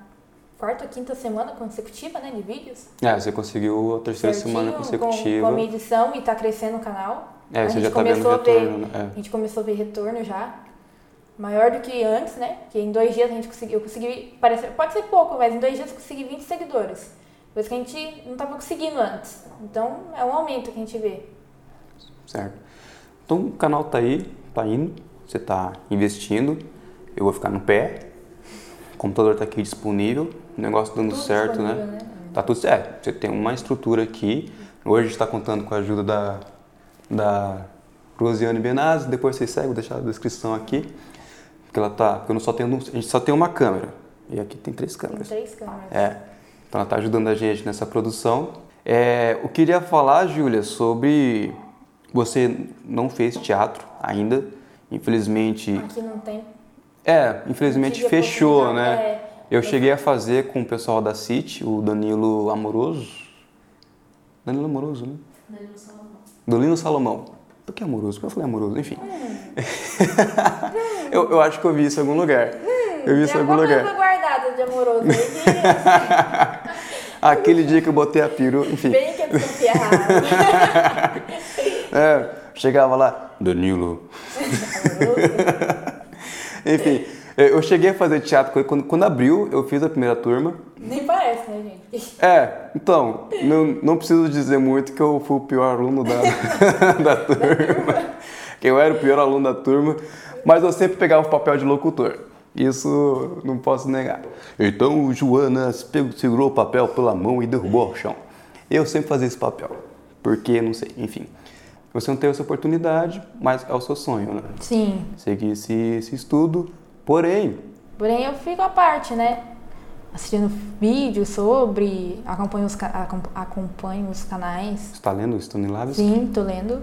Speaker 2: quarta ou quinta semana consecutiva, né, de vídeos.
Speaker 1: É, você conseguiu a terceira semana
Speaker 2: Certinho,
Speaker 1: consecutiva.
Speaker 2: Com, com a edição e tá crescendo o canal.
Speaker 1: é,
Speaker 2: a
Speaker 1: você
Speaker 2: gente
Speaker 1: já tá vendo o
Speaker 2: começou a ver-
Speaker 1: retorno. né?
Speaker 2: A gente começou a ver retorno já. Maior do que antes, né? Que em dois dias a gente conseguiu. Eu consegui. Parece, pode ser pouco, mas em dois dias eu consegui 20 seguidores. Coisa que a gente não tava conseguindo antes. Então é um aumento que a gente vê.
Speaker 1: É, certo. Então o canal tá aí, tá indo, você tá investindo, eu vou ficar no pé, o computador tá aqui disponível, o negócio dando
Speaker 2: Tudo
Speaker 1: certo, né?
Speaker 2: disponível,
Speaker 1: Tá tudo certo. Você tem uma estrutura aqui. Hoje a gente tá contando com a ajuda da, da Rosiane Benazzi. Depois vocês seguem, vou deixar a descrição aqui. Porque ela tá. Porque eu não só tenho, um- a gente só tem uma câmera. E aqui tem três
Speaker 2: Tem
Speaker 1: câmeras.
Speaker 2: três câmeras.
Speaker 1: É. Então ela tá ajudando a gente nessa produção. É, eu queria falar, Júlia, sobre. Você não fez teatro ainda. Infelizmente.
Speaker 2: Aqui não tem.
Speaker 1: É, infelizmente
Speaker 2: Tive a
Speaker 1: fechou,
Speaker 2: oportunidade,
Speaker 1: né?
Speaker 2: é.
Speaker 1: Eu cheguei a fazer com o pessoal da City, o Danilo Amoroso. Danilo Amoroso, né?
Speaker 3: Danilo Salomão.
Speaker 1: Danilo Salomão. Por que amoroso? Por que eu falei amoroso? Enfim.
Speaker 2: Hum.
Speaker 1: eu, eu acho que eu vi isso em algum lugar. eu vi isso em
Speaker 2: Tem
Speaker 1: algum
Speaker 2: alguma
Speaker 1: lugar.
Speaker 2: coisa guardada de amoroso aí
Speaker 1: Aquele dia que eu botei a peru,
Speaker 2: que
Speaker 1: enfim.
Speaker 2: bem que é desconfiado.
Speaker 1: É, chegava lá, Danilo. Enfim, eu eu cheguei a fazer teatro com ele. Quando, quando abriu, eu fiz a primeira turma.
Speaker 2: Nem parece, né, gente?
Speaker 1: É, então, não, não preciso dizer muito que eu fui o pior aluno da, da turma. Que eu era o pior aluno da turma, mas eu sempre pegava o papel de locutor. Isso não posso negar. Então o Joana pegou- segurou o papel pela mão e derrubou ao chão. Eu sempre fazia esse papel, porque não sei, enfim. Você não teve essa oportunidade, mas é o seu sonho, né?
Speaker 2: Sim.
Speaker 1: Seguir esse, esse estudo, porém,
Speaker 2: Porém, eu fico à parte, né? Assistindo vídeos sobre, acompanho os, ca- acom- acompanho os canais.
Speaker 1: você está lendo Stanislavski?
Speaker 2: Sim, tô lendo.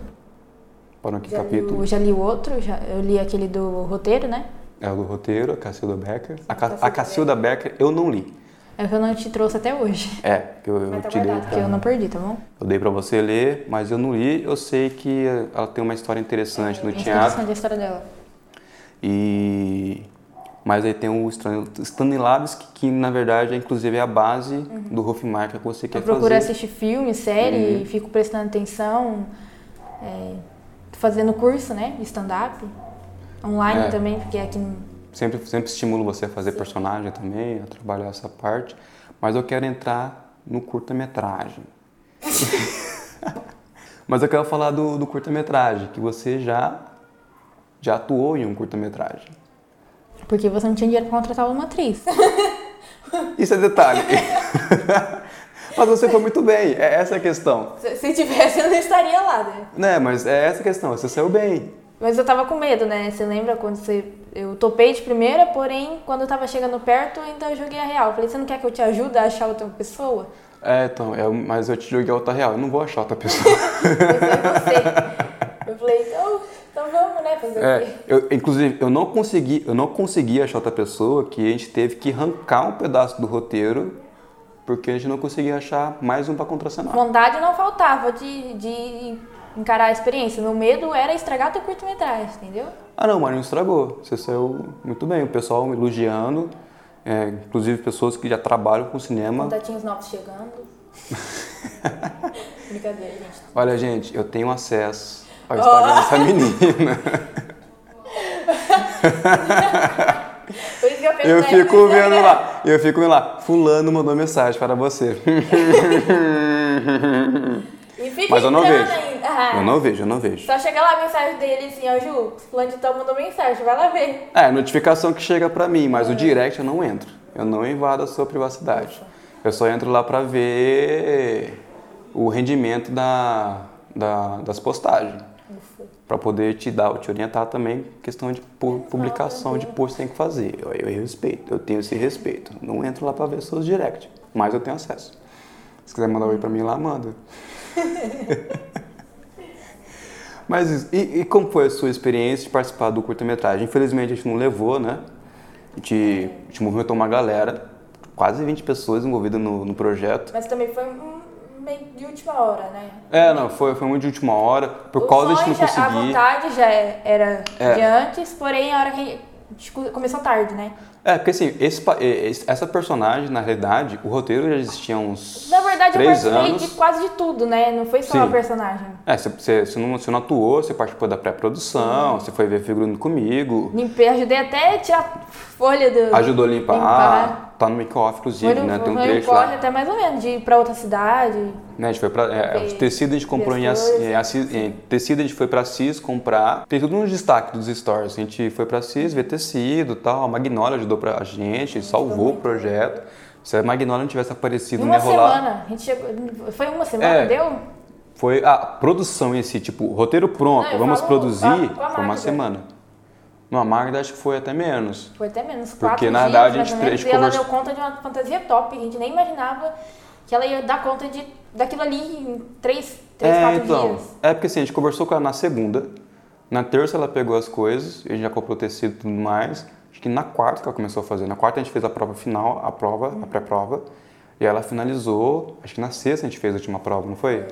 Speaker 1: Para que
Speaker 2: Já li,
Speaker 1: capítulo?
Speaker 2: o- já li outro, já, eu li aquele do roteiro, né?
Speaker 1: É o do roteiro, a Cacilda Becker. A, Ca-
Speaker 2: Cacilda
Speaker 1: a Cacilda Becker eu não li.
Speaker 2: É o que eu não te trouxe até hoje.
Speaker 1: É, que eu, eu
Speaker 3: tá
Speaker 1: te dei.
Speaker 3: guardado,
Speaker 2: Que eu não perdi, tá bom?
Speaker 1: Eu dei pra você ler, mas eu não li. Eu sei que eh, ela tem uma história interessante no
Speaker 2: É
Speaker 1: teatro.
Speaker 2: interessante a história dela.
Speaker 1: E mas aí tem o Stan- Stanislavski, que na verdade é inclusive a base
Speaker 2: Uhum.
Speaker 1: do Hofmeister que você quer
Speaker 2: Eu procuro
Speaker 1: fazer. Uhum.
Speaker 2: assistir filme, série, e fico prestando atenção, é, tô fazendo curso, né, de stand-up, online
Speaker 1: É.
Speaker 2: também, porque aqui não-
Speaker 1: Sempre sempre estimulo você a fazer personagem também, a trabalhar essa parte, mas eu quero entrar no curta-metragem. mas eu quero falar do, do curta-metragem, que você já já atuou em um curta-metragem.
Speaker 2: porque você não tinha dinheiro pra contratar uma atriz.
Speaker 1: Isso é detalhe. mas você foi muito bem, é essa a questão.
Speaker 2: Se se tivesse, eu não estaria lá, né?
Speaker 1: Né, mas é essa a questão, você saiu bem.
Speaker 2: Mas eu tava com medo, né? Você lembra quando você. Eu topei de primeira, porém, quando eu tava chegando perto, ainda eu joguei a real. Eu Falei, você não quer que eu te ajude a achar outra pessoa?
Speaker 1: É, então, é, mas eu te joguei a outra real, eu não vou achar outra pessoa.
Speaker 2: Mas foi você. Eu falei, então, então vamos, né? Fazer o quê?
Speaker 1: É, eu, inclusive, eu não consegui, eu não consegui achar outra pessoa que a gente teve que arrancar um pedaço do roteiro porque a gente não conseguia achar mais um pra contracenar.
Speaker 2: Vontade não faltava de, de encarar a experiência. Meu medo era estragar teu curto-metragem, entendeu?
Speaker 1: Ah não, mas não estragou. Você saiu muito bem, o pessoal me elogiando, é, inclusive pessoas que já trabalham com cinema.
Speaker 2: Contatinhos novos chegando. Brincadeira, gente.
Speaker 1: Olha, gente, eu tenho acesso ao Instagram dessa menina.
Speaker 2: Por isso que eu
Speaker 1: Eu
Speaker 2: perguntei.
Speaker 1: fico vendo lá, eu fico vendo lá, fulano mandou mensagem para você.
Speaker 2: E fica
Speaker 1: Mas eu não
Speaker 2: entrando
Speaker 1: vejo.
Speaker 2: ainda. Ah,
Speaker 1: Eu não vejo, eu não vejo.
Speaker 2: Só chega lá a mensagem dele assim, ó, Ju, fulano de tal mandou mensagem, vai lá ver.
Speaker 1: É, notificação que chega pra mim, mas o direct eu não entro. Eu não invado a sua privacidade. Eu só entro lá pra ver o rendimento da, da- das postagens. Pra poder te dar, te orientar também, questão de pu- publicação
Speaker 2: é.
Speaker 1: de post tem que fazer. Eu, eu respeito, eu tenho esse respeito. Não entro lá pra ver seus direct, mas eu tenho acesso. Se quiser mandar um oi pra mim lá, manda. Mas isso, e, e como foi a sua experiência de participar do curta-metragem? Infelizmente a gente não levou, né? A gente, a gente movimentou uma galera, quase 20 pessoas envolvidas no, no projeto.
Speaker 2: Mas também foi um, meio de última hora, né?
Speaker 1: É, não, foi, foi muito de última hora, por
Speaker 2: O
Speaker 1: causa a gente não
Speaker 2: sonho já- A
Speaker 1: conseguir.
Speaker 2: vontade já é- era
Speaker 1: É.
Speaker 2: de antes, porém a hora que a gente co- começou tarde, né?
Speaker 1: É, porque assim, esse pa- eh, esse- essa personagem, na realidade, o roteiro já existia há uns
Speaker 2: Na verdade, eu
Speaker 1: três
Speaker 2: participei
Speaker 1: anos.
Speaker 2: de quase de tudo, né? Não foi só
Speaker 1: Sim.
Speaker 2: uma personagem.
Speaker 1: É, você, você, você não, você não atuou, você participou da
Speaker 2: Uhum.
Speaker 1: pré-produção, você foi ver figurino comigo.
Speaker 2: Limpei, ajudei até a tirar folha do.
Speaker 1: Ajudou a limpar,
Speaker 2: Limpar.
Speaker 1: tá no make-off, inclusive,
Speaker 2: Foi no-
Speaker 1: né? Tem um
Speaker 2: foi no
Speaker 1: trecho
Speaker 2: corte
Speaker 1: lá.
Speaker 2: até mais ou menos, de ir pra outra cidade.
Speaker 1: Né, a gente foi pra, é,
Speaker 2: Ver
Speaker 1: os tecidos a gente comprou em, Assis,
Speaker 2: pessoas,
Speaker 1: em, Assis- em- tecido a gente foi pra Cis comprar. Tem tudo um destaque dos stories. A gente foi pra Cis ver tecido e tal. A Magnolia ajudou pra gente, salvou o projeto. Se a Magnolia não tivesse aparecido,
Speaker 2: Em
Speaker 1: não
Speaker 2: uma
Speaker 1: ia rolar.
Speaker 2: semana. A gente chegou. Foi uma semana,
Speaker 1: É.
Speaker 2: deu?
Speaker 1: Foi a produção em si, tipo, roteiro pronto,
Speaker 2: Não, eu
Speaker 1: vamos
Speaker 2: falo
Speaker 1: produzir,
Speaker 2: com a- com a
Speaker 1: foi uma
Speaker 2: Magda.
Speaker 1: semana. Não, a Magda acho que foi até menos.
Speaker 2: Foi até menos quatro
Speaker 1: Porque,
Speaker 2: dias,
Speaker 1: na verdade, a
Speaker 2: mais
Speaker 1: gente
Speaker 2: ou
Speaker 1: tre- a
Speaker 2: menos,
Speaker 1: gente
Speaker 2: e ela
Speaker 1: conversa-
Speaker 2: deu conta de uma fantasia top, que a gente nem imaginava que ela ia dar conta de, daquilo ali em três, três
Speaker 1: é,
Speaker 2: quatro
Speaker 1: então.
Speaker 2: dias.
Speaker 1: É porque assim, a gente conversou com ela na segunda. Na terça ela pegou as coisas, a gente já comprou tecido e tudo mais. Acho que na quarta que ela começou a fazer. Na quarta a gente fez a prova final, a prova, a pré-prova. E ela finalizou, acho que na sexta a gente fez a última prova, não foi?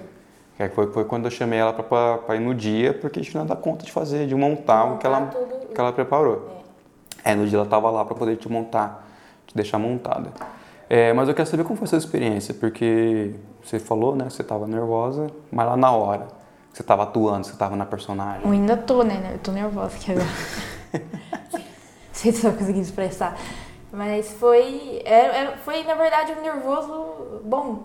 Speaker 1: Que aí foi, foi quando eu chamei ela pra- pra, pra ir no dia, porque a gente não ia dar conta de fazer, de montar, o tá, que ela,
Speaker 2: Montar tudo.
Speaker 1: o que ela preparou. É. no dia ela tava lá pra poder te montar, te deixar montada. É, mas eu quero saber como foi a sua experiência, porque você falou, né, que você tava nervosa, mas lá na hora, que você tava atuando, você tava na personagem.
Speaker 2: Eu ainda tô, né? Eu tô nervosa aqui agora. Não sei se eu consegui expressar. Mas foi, era- era- foi, na verdade, um nervoso bom.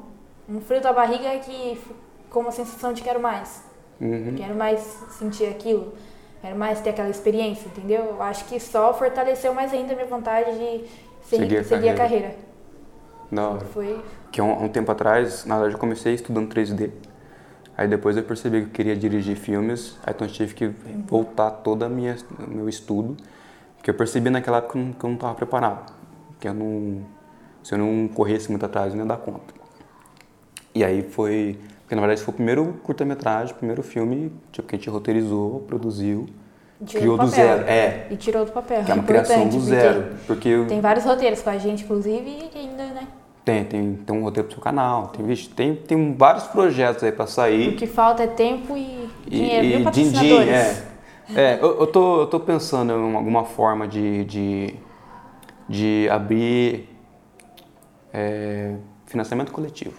Speaker 2: Um frio da barriga que f- com uma sensação de quero mais.
Speaker 1: Uhum.
Speaker 2: Quero mais sentir aquilo. Quero mais ter aquela experiência, entendeu? Eu acho que só fortaleceu mais ainda a minha vontade de ser-
Speaker 1: Seguir a
Speaker 2: seguir, a carreira.
Speaker 1: Da hora.
Speaker 2: Foi.
Speaker 1: Que há um, há um tempo atrás, na verdade, eu comecei estudando 3D. Aí depois eu percebi que eu queria dirigir filmes, aí então eu tive que
Speaker 2: um
Speaker 1: voltar todo a minha- o meu estudo, porque eu percebi naquela época que eu não- que eu não estava preparado, que eu não, se eu não corresse muito atrás eu não ia dar conta. E aí foi, porque na verdade foi o primeiro curta-metragem, o primeiro filme tipo, que a gente roteirizou, produziu,
Speaker 2: Tirou
Speaker 1: criou
Speaker 2: do
Speaker 1: do
Speaker 2: papel.
Speaker 1: zero, é,
Speaker 2: E tirou do papel.
Speaker 1: que é uma criação do
Speaker 2: Importante, porque
Speaker 1: zero, porque eu-
Speaker 2: Tem vários roteiros com a gente, inclusive, e ainda, né?
Speaker 1: tem, tem, tem um roteiro pro seu canal, tem, vixe, tem, tem vários projetos aí para sair.
Speaker 2: O que falta é tempo e
Speaker 1: E-
Speaker 2: dinheiro, viu,
Speaker 1: e din-din,
Speaker 2: patrocinadores?
Speaker 1: é. É, eu, eu tô, eu tô pensando em uma- alguma forma de, de, de abrir é, financiamento coletivo.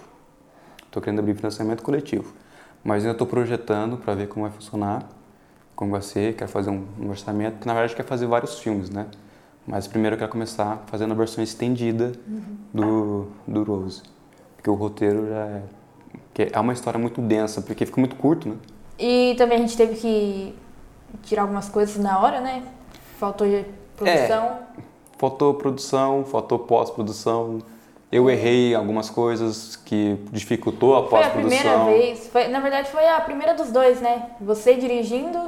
Speaker 1: Tô querendo abrir financiamento coletivo. Mas ainda tô projetando para ver como vai funcionar, como vai ser, quero fazer um, um orçamento, porque na verdade quero fazer vários filmes, né? Mas primeiro eu quero começar fazendo a versão estendida do, do Rose. Porque o roteiro já é. que É uma história muito densa, porque fica muito curto, né?
Speaker 2: E também a gente teve que tirar algumas coisas na hora, né? Faltou produção.
Speaker 1: É. Faltou produção, faltou pós-produção. Eu errei algumas coisas que dificultou a
Speaker 2: Foi a primeira
Speaker 1: pós-produção.
Speaker 2: vez, foi, na verdade foi a primeira dos dois, né? Você dirigindo.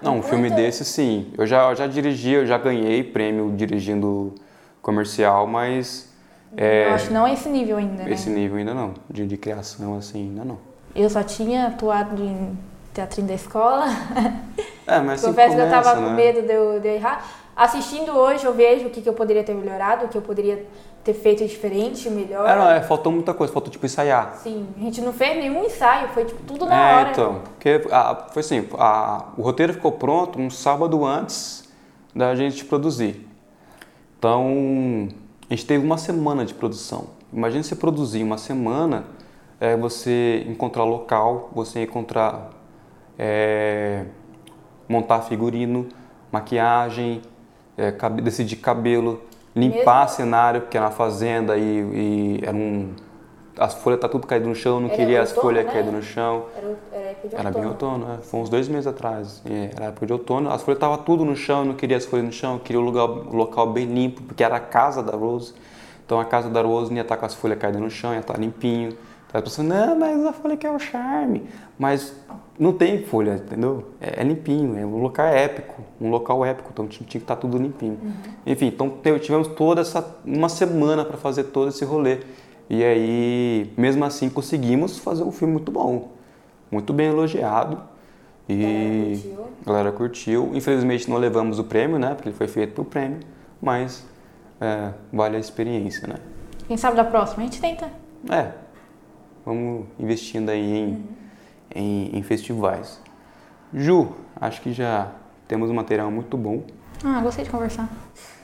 Speaker 1: Não, um
Speaker 2: Enquanto-
Speaker 1: filme desse sim. Eu já, eu já dirigi, eu já ganhei prêmio dirigindo comercial, mas é,
Speaker 2: Eu acho que não é esse nível ainda, né?
Speaker 1: esse nível ainda não. De, de criação assim, ainda não.
Speaker 2: Eu só tinha atuado em teatrinho da escola.
Speaker 1: É, mas assim
Speaker 2: Confesso que eu
Speaker 1: começa,
Speaker 2: tava
Speaker 1: né?
Speaker 2: com medo de eu, de eu errar. Assistindo hoje, eu vejo o que, que eu poderia ter melhorado, o que eu poderia ter feito diferente, melhor.
Speaker 1: É, não, é, faltou muita coisa, faltou tipo ensaiar.
Speaker 2: Sim, a gente não fez nenhum ensaio, foi tipo tudo na
Speaker 1: É,
Speaker 2: hora.
Speaker 1: então. Porque a- foi assim, a- o roteiro ficou pronto um sábado antes da gente produzir. Então, a gente teve uma semana de produção. Imagina você produzir uma semana, é, você encontrar local, você encontrar... é, montar figurino, maquiagem, é, cabe- decidir cabelo, limpar cenário, porque era uma fazenda e, e era um... as folhas tá tudo caído no chão, não
Speaker 2: Era
Speaker 1: queria as
Speaker 2: outono,
Speaker 1: folhas
Speaker 2: né?
Speaker 1: caídas no chão.
Speaker 2: Era, o- era época de
Speaker 1: Era bem
Speaker 2: outono.
Speaker 1: outono, é. foi uns dois meses atrás. É, Era época de outono, as folhas estavam tudo no chão, não queria as folhas no chão, queria um lugar, um local bem limpo, porque era a casa da Rose. Então a casa da Rose não ia estar com as folhas caídas no chão, ia estar limpinho. Então, as pessoas, não, mas a folha que é o charme. Mas não tem folha, entendeu? É, é limpinho, é um local épico, um local épico, então tinha tinha que estar tudo limpinho.
Speaker 2: Uhum.
Speaker 1: Enfim, então te- tivemos toda essa, uma semana para fazer todo esse rolê. E aí, mesmo assim, conseguimos fazer um filme muito bom muito bem elogiado. E
Speaker 2: Galera É, curtiu.
Speaker 1: a galera curtiu. Infelizmente não levamos o prêmio, né? Porque ele foi feito pro prêmio, mas é, vale a experiência, né?
Speaker 2: Quem sabe da próxima? A gente tenta.
Speaker 1: É, vamos investindo aí em, em, em festivais. Ju, acho que já temos um material muito bom.
Speaker 2: Ah, gostei de conversar.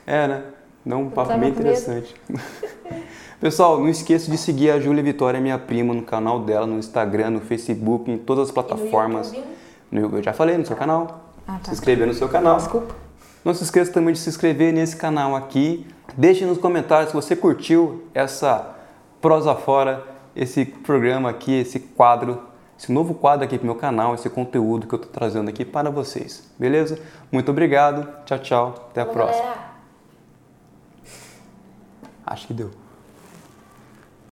Speaker 1: É, né? Dá um papo
Speaker 2: tava
Speaker 1: bem
Speaker 2: com medo.
Speaker 1: interessante. Pessoal, não esqueça de seguir a Júlia Vitória, minha prima, no canal dela, no Instagram, no Facebook, em todas as plataformas.
Speaker 2: E no YouTube?
Speaker 1: No- eu já falei no seu canal.
Speaker 2: Ah, tá.
Speaker 1: Se inscrever no seu canal.
Speaker 2: Desculpa.
Speaker 1: Não se esqueça também de se inscrever nesse canal aqui. Deixe nos comentários se você curtiu essa prosa fora, esse programa aqui, esse quadro, esse novo quadro aqui pro meu canal, esse conteúdo que eu tô trazendo aqui para vocês. Beleza? Muito obrigado. Tchau, tchau. Até a
Speaker 2: Falou,
Speaker 1: próxima.
Speaker 2: galera.
Speaker 1: Acho que deu.